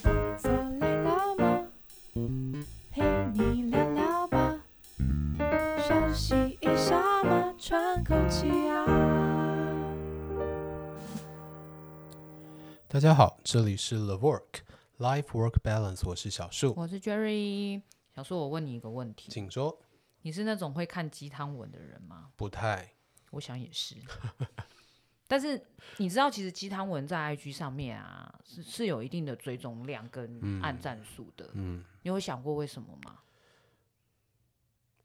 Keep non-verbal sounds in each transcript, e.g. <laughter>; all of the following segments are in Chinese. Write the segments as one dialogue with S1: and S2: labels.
S1: 坐累了吗？陪你聊聊吧，休息一下嘛，喘口气啊。
S2: 大家好，这里是 The Work Life Work Balance，我是小树，
S3: 我是 Jerry，小树，我问你一个问题，
S2: 请说。
S3: 你是那种会看鸡汤文的人吗？
S2: 不太，
S3: 我想也是。 <laughs> 但是你知道，其实鸡汤文在 IG 上面啊，是是有一定的追踪量跟按赞数的。
S2: 嗯，
S3: 你有想过为什么吗？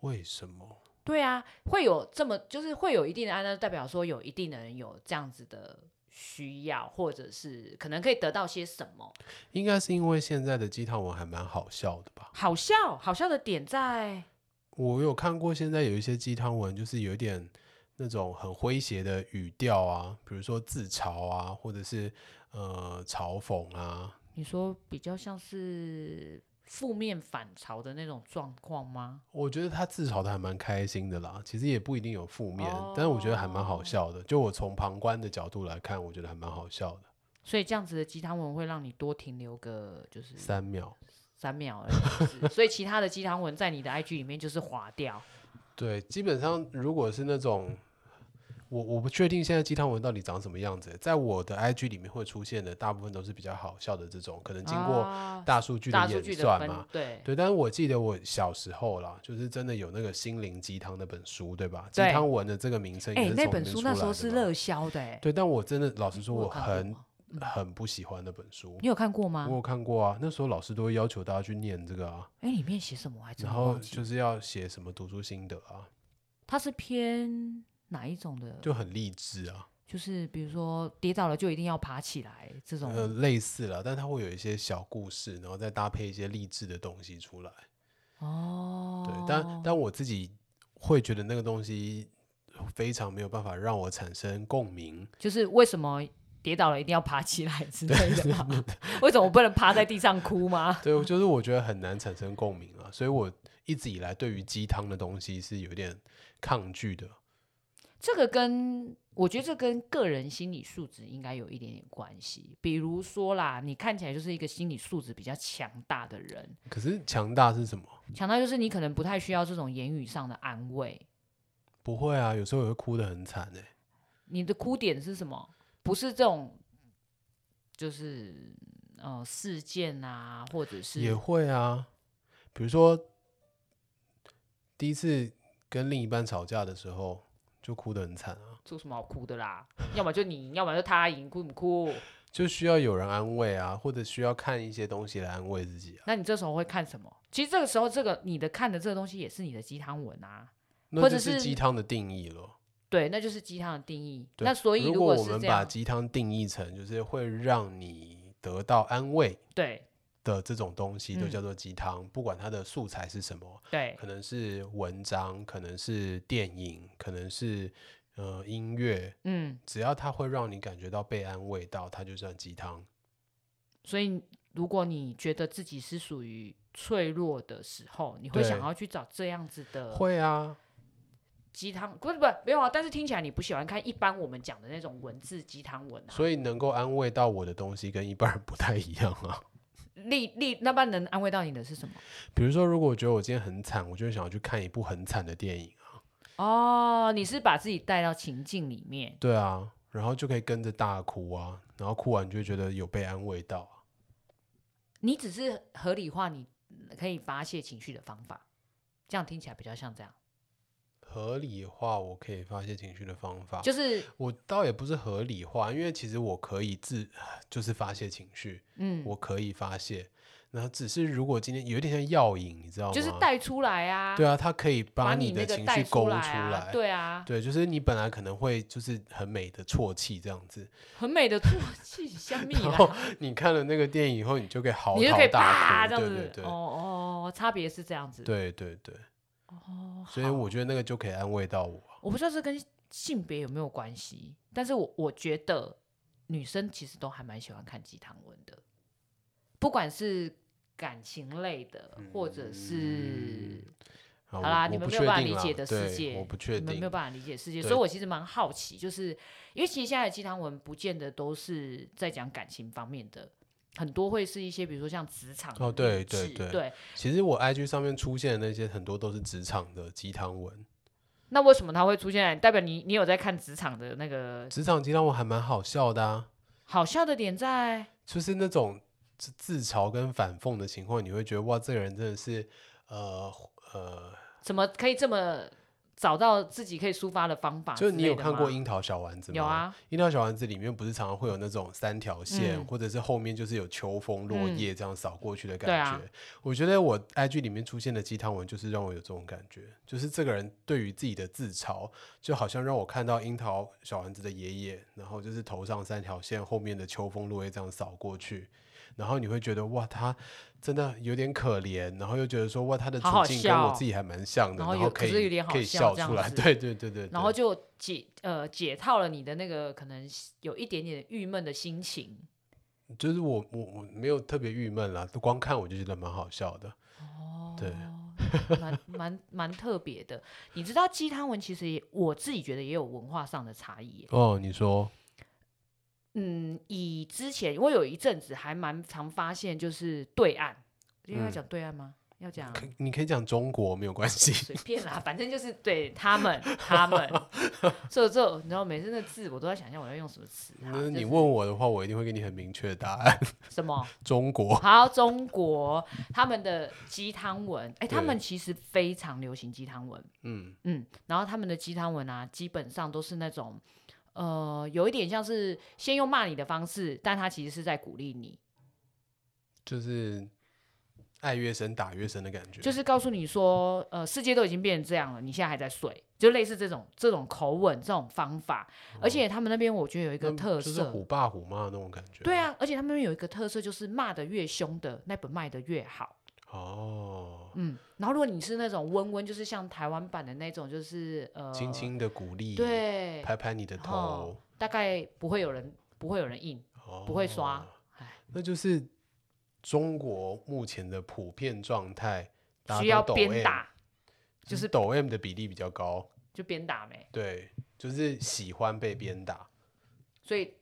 S2: 为什么？
S3: 对啊，会有这么就是会有一定的按赞，代表说有一定的人有这样子的需要，或者是可能可以得到些什么。
S2: 应该是因为现在的鸡汤文还蛮好笑的吧？
S3: 好笑，好笑的点在
S2: 我有看过，现在有一些鸡汤文，就是有一点那种很诙谐的语调啊，比如说自嘲啊，或者是呃嘲讽啊，
S3: 你说比较像是负面反潮的那种状况吗？
S2: 我觉得他自嘲的还蛮开心的啦，其实也不一定有负面，但是我觉得还蛮好
S3: 哦
S2: 笑的。就我从旁观的角度来看，我觉得还蛮好笑的。
S3: 所以这样子的鸡汤文会让你多停留个就是
S2: 三秒，
S3: 三秒而已是不是 <laughs> 所以其他的鸡汤文在你的 IG 里面就是划掉。
S2: 对，基本上如果是那种，我我不确定现在鸡汤文到底长什么样子，在我的 IG 里面会出现的大部分都是比较好笑的这种，可能 <laughs> 经过
S3: 啊
S2: 大数据
S3: 大
S2: 的
S3: 数
S2: 演
S3: 据
S2: 算
S3: 分
S2: 嘛。
S3: 对
S2: 对，但是我记得我小时候啦，就是真的有那个心灵鸡汤那本书，对吧？鸡
S3: 对
S2: 汤文的这个名称也
S3: 哎、
S2: 是从
S3: 那
S2: 里
S3: 本
S2: 面
S3: 书
S2: 出
S3: 那时
S2: 来
S3: 候
S2: 的
S3: 是
S2: 嘛
S3: 热销的、哎，
S2: 对，但我真的老实说，
S3: 我
S2: 我
S3: 有看
S2: 很
S3: 过吗嗯
S2: 很不喜欢那本书。
S3: 你有看过吗
S2: 我？有看过啊，那时候老师都会要求大家去念这个啊，
S3: 哎、里面写什么我还真
S2: 然
S3: 的
S2: 后
S3: 忘记
S2: 就
S3: 了。
S2: 是要写什么读书心得啊，
S3: 它是偏哪一种的？
S2: 就很励志啊。
S3: 就是比如说跌倒了就一定要爬起来这种。
S2: 呃，类似了，但它会有一些小故事，然后再搭配一些励志的东西出来。
S3: 哦，
S2: 对，但但我自己会觉得那个东西非常没有办法让我产生共鸣。
S3: 就是为什么跌倒了一定要爬起来之类的吗？ <laughs> 为什么不能趴在地上哭吗？ <laughs>
S2: 对，就是我觉得很难产生共鸣啊，所以我一直以来对于鸡汤的东西是有点抗拒的。
S3: 这个跟我觉得这跟个人心理素质应该有一点点关系。比如说啦，你看起来就是一个心理素质比较强大的人，
S2: 可是强大是什么？
S3: 强大就是你可能不太需要这种言语上的安慰。
S2: 不会啊，有时候也会哭得很惨哎、
S3: 你的哭点是什么？不是这种，就是呃事件啊，或者是
S2: 也会啊。比如说第一次跟另一半吵架的时候，就哭得很惨啊。
S3: 做什么好哭的啦？要么就你，要么就他赢，哭不哭？
S2: 就需要有人安慰啊，或者需要看一些东西来安慰自己啊。
S3: 那你这时候会看什么？其实这个时候，这个你的看的这个东西也是你的鸡汤文啊。
S2: 那
S3: 或
S2: 就
S3: 者
S2: 是
S3: 是
S2: 鸡汤的定义了。
S3: 对，那就是鸡汤的定义。
S2: 对
S3: 那所以
S2: 如
S3: 果
S2: 我
S3: 是
S2: 们
S3: 这
S2: 把
S3: 样，
S2: 鸡汤定义成就是会让你得到安慰
S3: 对
S2: 的这种东西，都
S3: 嗯
S2: 叫做鸡汤，不管它的素材是什么，
S3: 对，
S2: 可能是文章，可能是电影，可能是呃音乐，
S3: 嗯，
S2: 只要它会让你感觉到被安慰到，它就算鸡汤。
S3: 所以如果你觉得自己是属于脆弱的时候，你会想
S2: 对
S3: 要去找这样子的
S2: 会啊，
S3: 鸡汤，不是不是没有啊。但是听起来你不喜欢看一般我们讲的那种文字鸡汤文啊。
S2: 所以能够安慰到我的东西跟一般人不太一样啊。
S3: 例例那般能安慰到你的是什么？
S2: 比如说，如果我觉得我今天很惨，我就会想要去看一部很惨的电影。
S3: 哦，你是把自己带到情境里面。
S2: 对啊，然后就可以跟着大哭啊，然后哭完就会觉得有被安慰到啊。
S3: 你只是合理化你可以发泄情绪的方法，这样听起来比较像这样，
S2: 合理化我可以发泄情绪的方法，
S3: 就是
S2: 我倒也不是合理化，因为其实我可以自就是发泄情绪，
S3: 嗯，
S2: 我可以发泄。然后只是如果今天有一点像药瘾，你知道吗？
S3: 就是带出来啊，
S2: 对啊，它可以
S3: 把
S2: 啊你的
S3: 那个
S2: 情
S3: 带
S2: 绪勾
S3: 出
S2: 出
S3: 来啊，对啊，
S2: 对，就是你本来可能会就是很美的啜泣这样子，
S3: 很美的唾弃，香蜜
S2: 然后
S3: 啦，
S2: 你看了那个电影以后，你就可以嚎
S3: 你就可以
S2: 啕
S3: 啪
S2: 大
S3: 这
S2: 哭，
S3: 样
S2: 对
S3: 子，
S2: 对对，
S3: 哦哦，差别是这样子，
S2: 对对对。
S3: 哦，
S2: 所以
S3: 好
S2: 我觉得那个就可以安慰到我啊。
S3: 我不知道这跟性别有没有关系，但是我我觉得女生其实都还蛮喜欢看鸡汤文的，不管是感情类的，或者
S2: 嗯
S3: 是
S2: 好
S3: 好啦
S2: 啊我
S3: 你
S2: 我
S3: 们
S2: 不
S3: 没有
S2: 确
S3: 办法
S2: 定
S3: 理
S2: 啦
S3: 解的世
S2: 对
S3: 界
S2: 我不确
S3: 你们
S2: 定
S3: 没有。办法理解世界，
S2: 对
S3: 所以我其实蛮好奇，就是因为其实现在的鸡汤文不见得都是在讲感情方面的，很多会是一些，比如说像职场
S2: 哦
S3: 的
S2: 对
S3: 励
S2: 对
S3: 志
S2: 对
S3: 对。
S2: 其实我 IG 上面出现的那些很多都是职场的鸡汤文，
S3: 那为什么它会出现？代表你你有在看职场的那个
S2: 职场鸡汤文还蛮好笑的啊，
S3: 好笑的点在？
S2: 就是那种自自嘲跟反讽的情况，你会觉得哇，这个人真的是呃呃，
S3: 怎么可以这么找到自己可以抒发的方啊法之
S2: 就
S3: 类的吗？
S2: 是你有看过《樱桃小丸子》吗？
S3: 有。啊，
S2: 樱桃小丸子里面不是常常会有那种三条线，
S3: 嗯
S2: 或者是后面就是有秋风落叶这样扫过去的感
S3: 对
S2: 觉。
S3: 啊
S2: 我觉得我 IG 里面出现的鸡汤文就是让我有这种感觉，就是这个人对于自己的自嘲，就好像让我看到樱桃小丸子的爷爷，然后就是头上三条线，后面的秋风落叶这样扫过去。然后你会觉得哇，他真的有点可怜，然后又觉得说哇，他的处
S3: 好好
S2: 境跟我
S3: 笑
S2: 自己还蛮像的，
S3: 然后有
S2: 可以
S3: 可是有点好
S2: 可以笑
S3: 笑这样
S2: 出来，
S3: 子
S2: <laughs> 对对对对，
S3: 然
S2: 对
S3: 后就解呃解套了你的那个可能有一点点郁闷的心情。
S2: 就是我我我没有特别郁闷啦，光看我就觉得蛮好笑的。
S3: 哦，
S2: 对，
S3: 蛮蛮 <laughs> 蛮特别的。你知道鸡汤文其实也我自己觉得也有文化上的差异耶。
S2: 哦，你说，
S3: 嗯，以之前我有一阵子还蛮常发现，就是对岸，因为要
S2: 嗯
S3: 讲对岸吗？要讲
S2: 可你可以讲中国没有关系，
S3: <laughs> 随便啦，反正就是对他们，他
S2: <laughs>
S3: 们。所以这你知道，每次那字我都在想象我要用什么词啊。
S2: 那
S3: 就
S2: 你
S3: 是
S2: 问我的话，我一定会给你很明确的答案。 <laughs>
S3: 什么？
S2: 中国，
S3: 好，中国他们的鸡汤文，哎、他
S2: 对
S3: 们其实非常流行鸡汤文，
S2: 嗯，
S3: 嗯，然后他们的鸡汤文啊，基本上都是那种，呃，有一点像是先用骂你的方式，但他其实是在鼓励你，
S2: <laughs> 就是爱越深打越深的感觉，
S3: 就是告诉你说，呃，世界都已经变成这样了，你现在还在睡，就类似这种这种口吻这种方法，而且他们那边我觉得有一
S2: 哦那
S3: 个特
S2: 就是
S3: 色。
S2: 虎爸虎妈的那种感觉。
S3: 对，啊，而且他们那边有一个特色，就是骂的越凶的那本卖的越好。
S2: 哦，
S3: 嗯，然后如果你是那种温温，就是像台湾版的那种，就是呃，
S2: 轻轻的鼓励，，
S3: 对，
S2: 拍拍你的头，
S3: 大概不会有人不会有人应，
S2: 哦
S3: 不会刷，哎
S2: 那就是中国目前的普遍状态，大家都欸
S3: 需
S2: 嗯
S3: 要
S2: 抖
S3: 鞭
S2: M，
S3: 打就
S2: 就是是抖 M 的比例比较高。
S3: 就鞭打没，
S2: 对，就是喜欢被鞭打，
S3: 所以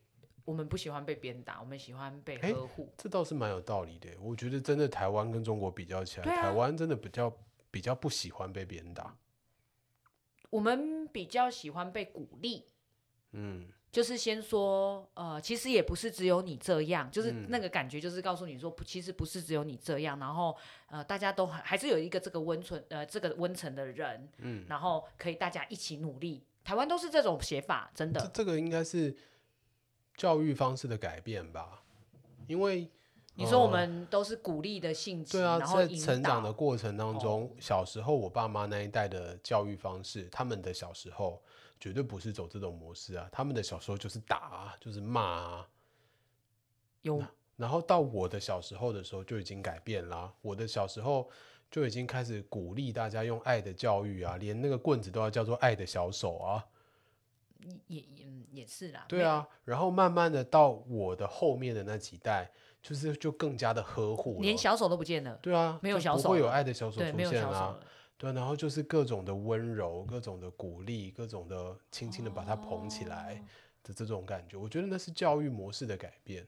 S3: 我们不喜欢被鞭打，我们喜欢被
S2: 哎
S3: 呵护。
S2: 这倒是蛮有道理的耶。我觉得真的台湾跟中国比较起来，
S3: 对啊
S2: 台湾真的比较比较不喜欢被鞭打。
S3: 我们比较喜欢被鼓励，
S2: 嗯，
S3: 就是先说，呃，其实也不是只有你这样，就是
S2: 嗯
S3: 那个感觉，就是告诉你说，不，其实不是只有你这样，然后，呃，大家都还还是有一个这个温存，呃，这个温层的人，嗯，然后可以大家一起努力。台湾都是这种写法，真
S2: 这
S3: 的，
S2: 这个应该是教育方式的改变吧，因为
S3: 你说我
S2: 呃
S3: 们都是鼓励的性质，
S2: 对啊，
S3: 然后
S2: 在
S3: 引
S2: 成长
S3: 导哦
S2: 的过程当中，小时候我爸妈那一代的教育方式，他们的小时候绝对不是走这种模式啊，他们的小时候就是打啊，就是骂啊。
S3: 有
S2: 然后到我的小时候的时候就已经改变啦，我的小时候就已经开始鼓励大家用爱的教育啊，连那个棍子都要叫做爱的小手啊，
S3: 也也嗯也是啦，
S2: 对啊。然后慢慢的到我的后面的那几代，就是就更加的呵护
S3: 没，
S2: 了，
S3: 连小手都不见了，
S2: 对啊，
S3: 没有
S2: 就
S3: 小手
S2: 不会有
S3: 了
S2: 爱的小手
S3: 对，
S2: 出
S3: 没有
S2: 现
S3: 小手
S2: 啦、
S3: 了，
S2: 对，啊然后就是各种的温柔，各种的鼓励，各种
S3: 哦
S2: 的轻轻的把它捧起来的这种感觉，我觉得那是教育模式的改变。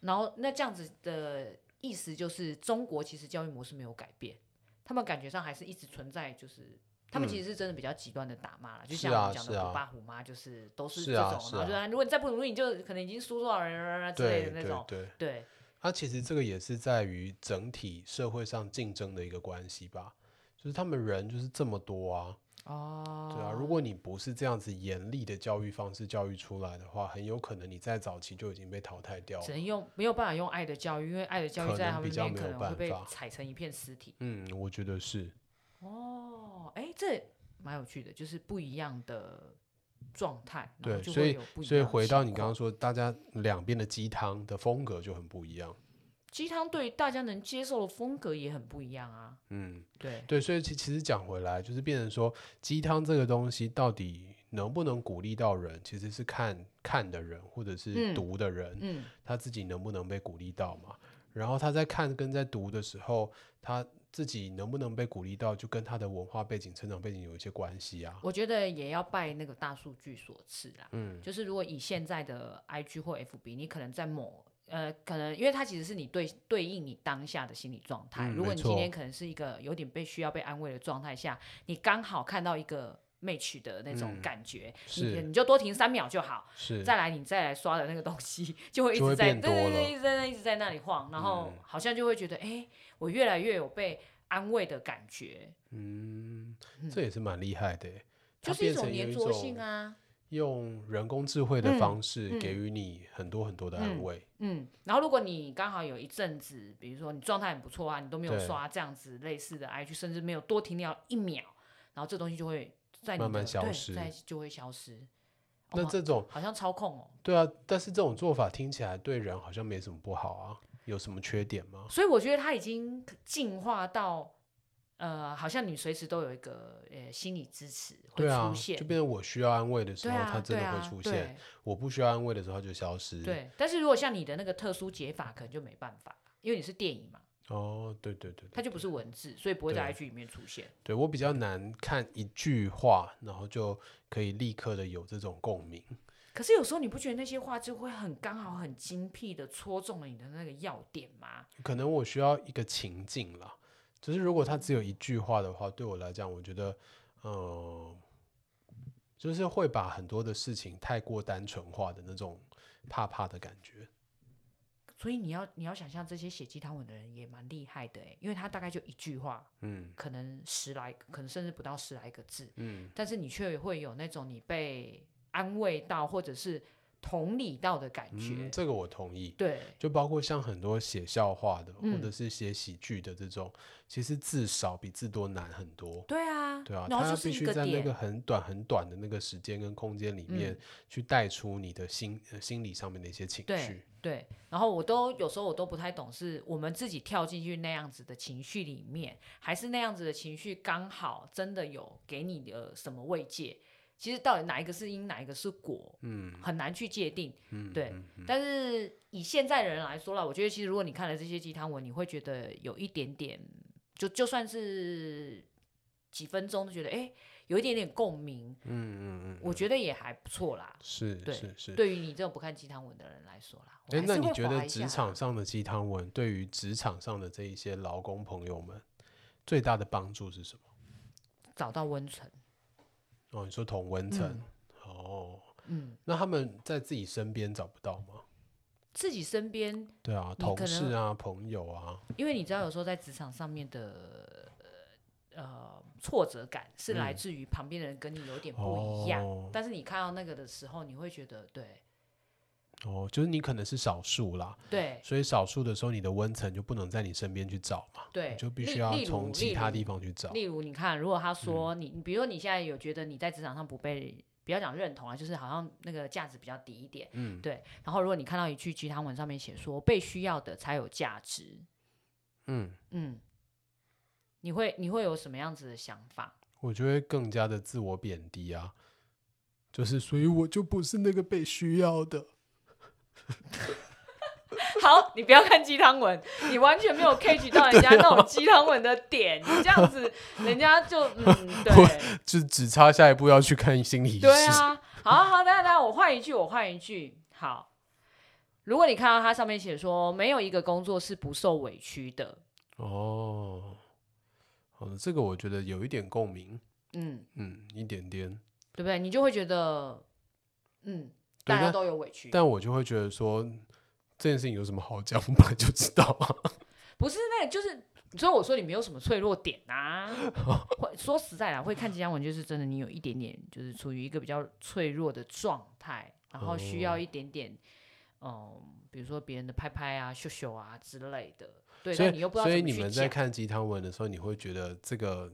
S3: 然后那这样子的意思就是，中国其实教育模式没有改变，他们感觉上还是一直存在，就是他们
S2: 嗯
S3: 其实是真的比较极端的打骂了，就是像我
S2: 啊
S3: 们讲
S2: 是
S3: 的
S2: 啊
S3: 虎爸虎妈，就是都是
S2: 是
S3: 这种，
S2: 啊
S3: 然
S2: 是
S3: 后就
S2: 啊
S3: 是如果你再不努力，你就可能已经输多少人之
S2: 对
S3: 类的那
S2: 对
S3: 种，
S2: 对，
S3: 对，
S2: 它、其实这个也是在于整体社会上竞争的一个关系吧，就是他们人就是这么多啊，
S3: 哦，
S2: 对啊，如果你不是这样子严厉的教育方式教育出来的话，很有可能你在早期就已经被淘汰掉
S3: 只
S2: 了。
S3: 能用没有办法用爱的教育，因为爱的教育
S2: 可
S3: 在
S2: 能
S3: 他们
S2: 比
S3: 那
S2: 较
S3: 边
S2: 没
S3: 可
S2: 有
S3: 能会被
S2: 办法
S3: 踩成一片尸体。
S2: 嗯，我觉得是。
S3: 哦，哎，这蛮有趣的，就是不一样的状态，然
S2: 对，
S3: 后就
S2: 所
S3: 会
S2: 以
S3: 有不一样的情况。
S2: 所以回到你刚刚说，大家两边的鸡汤的风格就很不一样。
S3: 鸡汤对大家能接受的风格也很不一样啊。
S2: 嗯，
S3: 对，
S2: 对，所以其其实讲回来，就是变成说，鸡汤这个东西到底能不能鼓励到人，其实是看看的人或者是
S3: 嗯
S2: 读的人，
S3: 嗯，
S2: 他自己能不能被鼓励到嘛。然后他在看跟在读的时候，他自己能不能被鼓励到，就跟他的文化背景、成长背景有一些关系啊。
S3: 我觉得也要拜那个大数据所赐啦。
S2: 嗯，
S3: 就是如果以现在的 IG 或 FB，你可能在某呃，可能因为它其实是你对对应你当下的心理状态。
S2: 嗯
S3: 如果
S2: 没
S3: 你今天
S2: 错
S3: 可能是一个有点被需要被安慰的状态下，你刚好看到一个 match 的那种
S2: 嗯
S3: 感觉，
S2: 是
S3: 你你就多停三秒就好。
S2: 是
S3: 再来你再来刷的那个东西 <laughs> 就会一
S2: 就
S3: 直
S2: 会
S3: 在
S2: 变
S3: 对对
S2: 多
S3: 对，
S2: 了
S3: 一直在那一直在那里晃，然后
S2: 嗯
S3: 好像就会觉得，哎、我越来越有被安慰的感觉，
S2: 嗯，这也是蛮厉害的耶，它
S3: 就是一
S2: 变
S3: 种
S2: 成有
S3: 粘
S2: 一
S3: 着性
S2: 种
S3: 啊，
S2: 用人工智慧的
S3: 嗯
S2: 方式
S3: 嗯
S2: 给予你很多很多的安
S3: 嗯
S2: 慰，
S3: 嗯。然后如果你刚好有一阵子，比如说你状态很不错啊，你都没有
S2: 对
S3: 刷这样子类似的 IG，甚至没有多停留一秒，然后这东西就会在你
S2: 慢慢
S3: 的
S2: 消
S3: 对
S2: 失
S3: 在就会消失。哦
S2: 那
S3: 好
S2: 这种
S3: 好像操控哦，
S2: 对啊，但是这种做法听起来对人好像没什么不好啊，有什么缺点吗？
S3: 所以我觉得它已经进化到，呃，好像你随时都有一个呃心理支持会
S2: 对啊
S3: 出，现
S2: 就，变成我需要安慰的时
S3: 对
S2: 候，
S3: 啊，
S2: 它真
S3: 对
S2: 的会
S3: 啊
S2: 出
S3: 对
S2: 现；我不需要安慰的时候，它就消失。
S3: 对，，但是如果像你的那个特殊解法，可能就没办法，因为你是电影嘛，
S2: 哦，对对对对，
S3: 它就不是文字，所以不会在
S2: 对
S3: IG 里面出现。
S2: 对我比较难看一句话，然后就可以立刻的有这种共鸣。
S3: 可是有时候你不觉得那些话就会很刚好、很精辟的戳中了你的那个要点吗？
S2: 可能我需要一个情境啦，就是如果它只有一句话的话，对我来讲，我觉得，嗯，就是会把很多的事情太过单纯化的那种怕怕的感觉。
S3: 所以你要你要想象这些写鸡汤文的人也蛮厉害的欸诶，因为他大概就一句话，
S2: 嗯
S3: 可能十来，可能甚至不到十来个字，
S2: 嗯，
S3: 但是你却会有那种你被安慰到或者是同理到的感觉。
S2: 嗯，这个我同意。
S3: 对，
S2: 就包括像很多写笑话的，或
S3: 嗯
S2: 者是写喜剧的这种，其实字少比字多难很多。
S3: 对啊，
S2: 对啊，
S3: 然后
S2: 它
S3: 就
S2: 必
S3: 是一
S2: 须
S3: 个
S2: 在那
S3: 点，嗯
S2: 个很短很短的那个时间跟空间里面，去带出你的心、呃、心理上面的一些情
S3: 对
S2: 绪。
S3: 对，然后我都有时候我都不太懂，是我们自己跳进去那样子的情绪里面，还是那样子的情绪刚好真的有给你的什么慰藉？其实到底哪一个是因，哪一个是果，
S2: 嗯
S3: 很难去界定。
S2: 嗯，
S3: 对
S2: 嗯嗯
S3: 但是以现在人来说啦，我觉得其实如果你看了这些鸡汤文，你会觉得有一点点，就就算是几分钟，都觉得哎、诶有一点点共鸣，
S2: 嗯嗯嗯，
S3: 我觉得也还不错啦。
S2: 是
S3: 对
S2: 是是。
S3: 对于你这种不看鸡汤文的人来说啦，我
S2: 哎，
S3: 还
S2: 那
S3: 是
S2: 你
S3: 会
S2: 觉得
S3: 划一下
S2: 职
S3: 啦
S2: 场上的鸡汤文对于职场上的这一些劳工朋友们最大的帮助是什么？
S3: 找到温存？
S2: 哦，你说同温层、
S3: 嗯
S2: 哦，
S3: 嗯，
S2: 那他们在自己身边找不到吗？
S3: 自己身边，
S2: 对啊，
S3: 你
S2: 同
S3: 可
S2: 事
S3: 能
S2: 啊，朋友啊，
S3: 因为你知道有时候在职场上面的呃挫折感是来
S2: 嗯
S3: 自于旁边的人跟你有点不一样，
S2: 哦
S3: 但是你看到那个的时候，你会觉得对
S2: 哦，就是你可能是少数啦，
S3: 对
S2: 所以少数的时候，你的温层就不能在你身边去找嘛，
S3: 对，
S2: 你就必
S3: 例
S2: 须要
S3: 例如
S2: 从其
S3: 例
S2: 他
S3: 如
S2: 地方去找。
S3: 例如，你看，如果
S2: 嗯
S3: 他说你，你比如说你现在有觉得你在职场上不被，不要讲认同啊，就是好像那个价值比较低一点，
S2: 嗯，
S3: 对。然后如果你看到一句鸡汤文上面写说被需要的才有价值，
S2: 嗯，
S3: 嗯，你会你会有什么样子的想法？
S2: 我就会更加的自我贬低啊，就是所以我就不是那个被需要的。
S3: 好，你不要看鸡汤文，你完全没有 catch 到人家那种鸡汤文的点，你这样子，人家就嗯，对。
S2: 就只差下一步要去看心理医师。
S3: 对啊，好好，等一下等一下，我换一句，我换一句。好，如果你看到它上面写说，没有一个工作是不受委屈的，
S2: 哦，好的，这个我觉得有一点共鸣，
S3: 嗯，
S2: 嗯，一点点。
S3: 对不对？你就会觉得，嗯，
S2: 对
S3: 大家
S2: 但
S3: 都有委屈，
S2: 但我就会觉得说这件事情有什么好讲，我本来就知道啊。
S3: 不是那，就是。所以我说你没有什么脆弱点
S2: <laughs>
S3: 啊，会说实在啦，会看吉祥文就是真的，你有一点点就是处于一个比较脆弱的状态，然后需要
S2: 哦
S3: 一点点，嗯，比如说别人的拍拍啊、秀秀啊之类的，对，
S2: 所
S3: 但
S2: 以
S3: 你又不知道
S2: 所以
S3: 怎么
S2: 你
S3: 去
S2: 们在
S3: 讲。
S2: 看鸡汤文的时候，你会觉得这个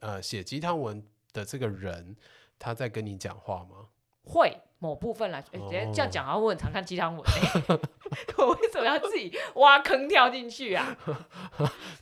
S2: 呃写鸡汤文的这个人他在跟你讲话吗？
S3: 会某部分来说，哎、等一下这
S2: 哦
S3: 样讲啊，我很常看鸡汤文、欸， <laughs> 我为什么要自己挖坑跳进去啊？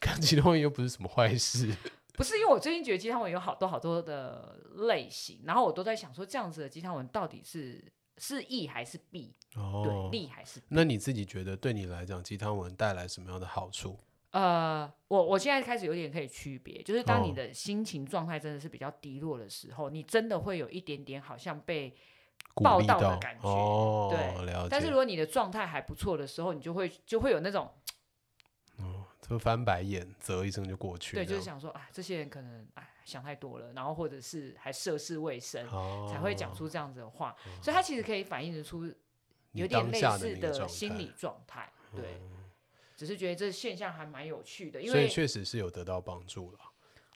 S2: 看鸡汤文又不是什么坏事。
S3: 不是，因为我最近觉得鸡汤文有好多好多的类型，然后我都在想说，这样子的鸡汤文到底是是益还是弊？对，
S2: 哦，
S3: 利还是弊
S2: <laughs> 那你自己觉得对你来讲，鸡汤文带来什么样的好处？
S3: 呃，我我现在开始有点可以区别，就是当你
S2: 哦
S3: 的心情状态真的是比较低落的时候，你真的会有一点点好像被
S2: 鼓
S3: 报
S2: 励
S3: 道的
S2: 到
S3: 感觉
S2: 哦，
S3: 对
S2: 了解。
S3: 但是如果你的状态还不错的时候，你就会就会有那种
S2: 哦，就翻白眼，啧一声就过去这
S3: 对，
S2: 样，
S3: 就是想说，哎，这些人可能哎想太多了，然后或者是还涉世未深，
S2: 哦
S3: 才会讲出这样子的话，所以他其实可以反映得出
S2: 你
S3: 有点
S2: 当
S3: 类
S2: 下
S3: 似
S2: 那个
S3: 的
S2: 状态嗯
S3: 心理状态，对。只是觉得这现象还蛮有趣的，因
S2: 所以
S3: 为
S2: 确实是有得到帮助了。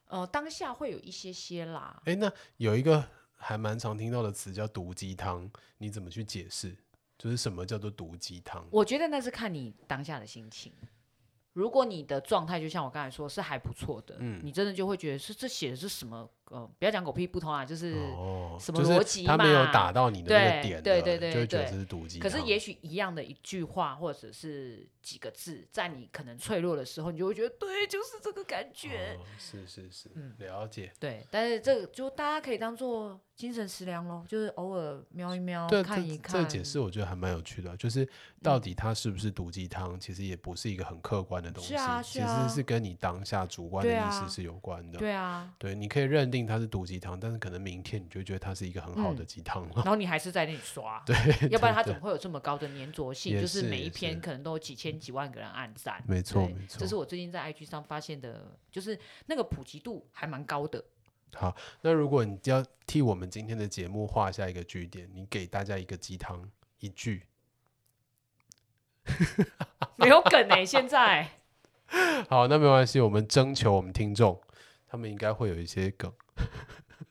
S3: 呃当下会有一些些啦，
S2: 哎，那有一个还蛮常听到的词叫毒鸡汤，你怎么去解释？就是什么叫做毒鸡汤？
S3: 我觉得那是看你当下的心情。如果你的状态就像我刚才说是还不错的，
S2: 嗯
S3: 你真的就会觉得是这写的是什么？呃，不要讲狗屁不通啊，就是、
S2: 哦，
S3: 什么
S2: 就是
S3: 逻辑
S2: 他没有
S3: 嘛
S2: 打到你的那个
S3: 对
S2: 点
S3: 对
S2: 了
S3: 对
S2: 你
S3: 对
S2: 就会觉得
S3: 对
S2: 这是毒鸡
S3: 可
S2: 汤。
S3: 是也许一样的一句话，或者是几个字，在你可能脆弱的时候，你就会觉得对，就是这个感觉。
S2: 哦，是是是，
S3: 嗯
S2: 了解。
S3: 对，但是这个就大家可以当做精神食粮咯，就是偶尔瞄一瞄
S2: 对，，
S3: 哦看一
S2: 这
S3: 看。嗯
S2: 这解释我觉得还蛮有趣的，啊就是到底它是不是毒鸡汤，其实也不是一个很客观的东西，
S3: 是啊
S2: 其
S3: 是啊
S2: 实是跟你当下主观的
S3: 对
S2: 意
S3: 啊
S2: 识是有关的。<laughs>
S3: 对啊，
S2: 对你可以认定它是毒鸡汤，但是可能明天你就觉得它是一个很好的
S3: 嗯
S2: 鸡汤了。 <laughs>
S3: 然后你还是在那里刷，对，要不然它怎么会有这么高的粘着性？
S2: 也
S3: 就是
S2: 是
S3: 每
S2: 也
S3: 一篇
S2: 是
S3: 可能都有几千几万个人按赞。
S2: 没错，
S3: 对
S2: 没错
S3: 这。是我最近在 IG 上发现的，就是那个普及度还蛮高的。
S2: 好，那如果你要替我们今天的节目画下一个句点，你给大家一个鸡汤一句。
S3: 没有梗哎、现在 <laughs>
S2: 好，那没关系，我们征求我们听众，他们应该会有一些梗，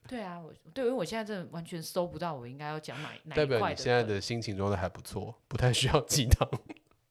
S3: 对啊，我对，因为我现在真的完全搜不到我应该要讲哪哪
S2: 代
S3: 一
S2: 表
S3: 块
S2: 你现在
S3: 梗
S2: 的心情状态还不错，不太需要鸡汤。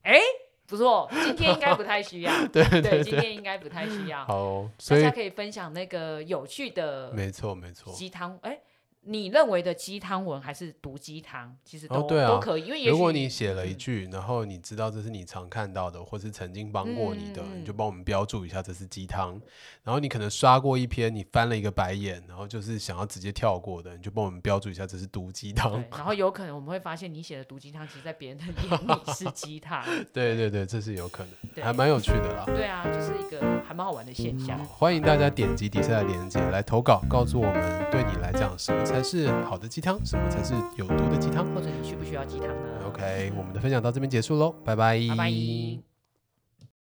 S2: <laughs>
S3: 不错，今天应该不太需要，
S2: 对
S3: 对
S2: 对
S3: 今天应该不太需
S2: <laughs>
S3: 要，
S2: 好哦，所
S3: 大
S2: 以
S3: 家可以分享那个有趣的
S2: 没错没错，
S3: 鸡汤，哎、你认为的鸡汤文还是毒鸡汤，其实都、
S2: 哦对啊
S3: 都可以，因为也
S2: 如果
S3: 许
S2: 你写了一
S3: 嗯
S2: 句，然后你知道这是你常看到的，或是曾经帮过你的，
S3: 嗯嗯
S2: 你
S3: 嗯
S2: 就帮我们标注一下这是鸡汤。然后你可能刷过一篇，你翻了一个白眼，然后就是想要直接跳过的，你就帮我们标注一下这是毒鸡汤
S3: 对。，然后有可能我们会发现你写的毒鸡汤，其实在别人的眼里
S2: <laughs>
S3: 是鸡汤，
S2: 对对对，这是有可能的，
S3: 对
S2: 还蛮有趣的啦。
S3: 对啊，就是一个还蛮好玩的现象
S2: 好。欢迎大家点击底下的链接来投稿，告诉我们对你来讲什么才是好的鸡汤，什么才是有毒的鸡汤。
S3: 或者你需不需要鸡汤呢
S2: OK，我们的分享到这边结束喽，拜拜，
S3: 拜拜。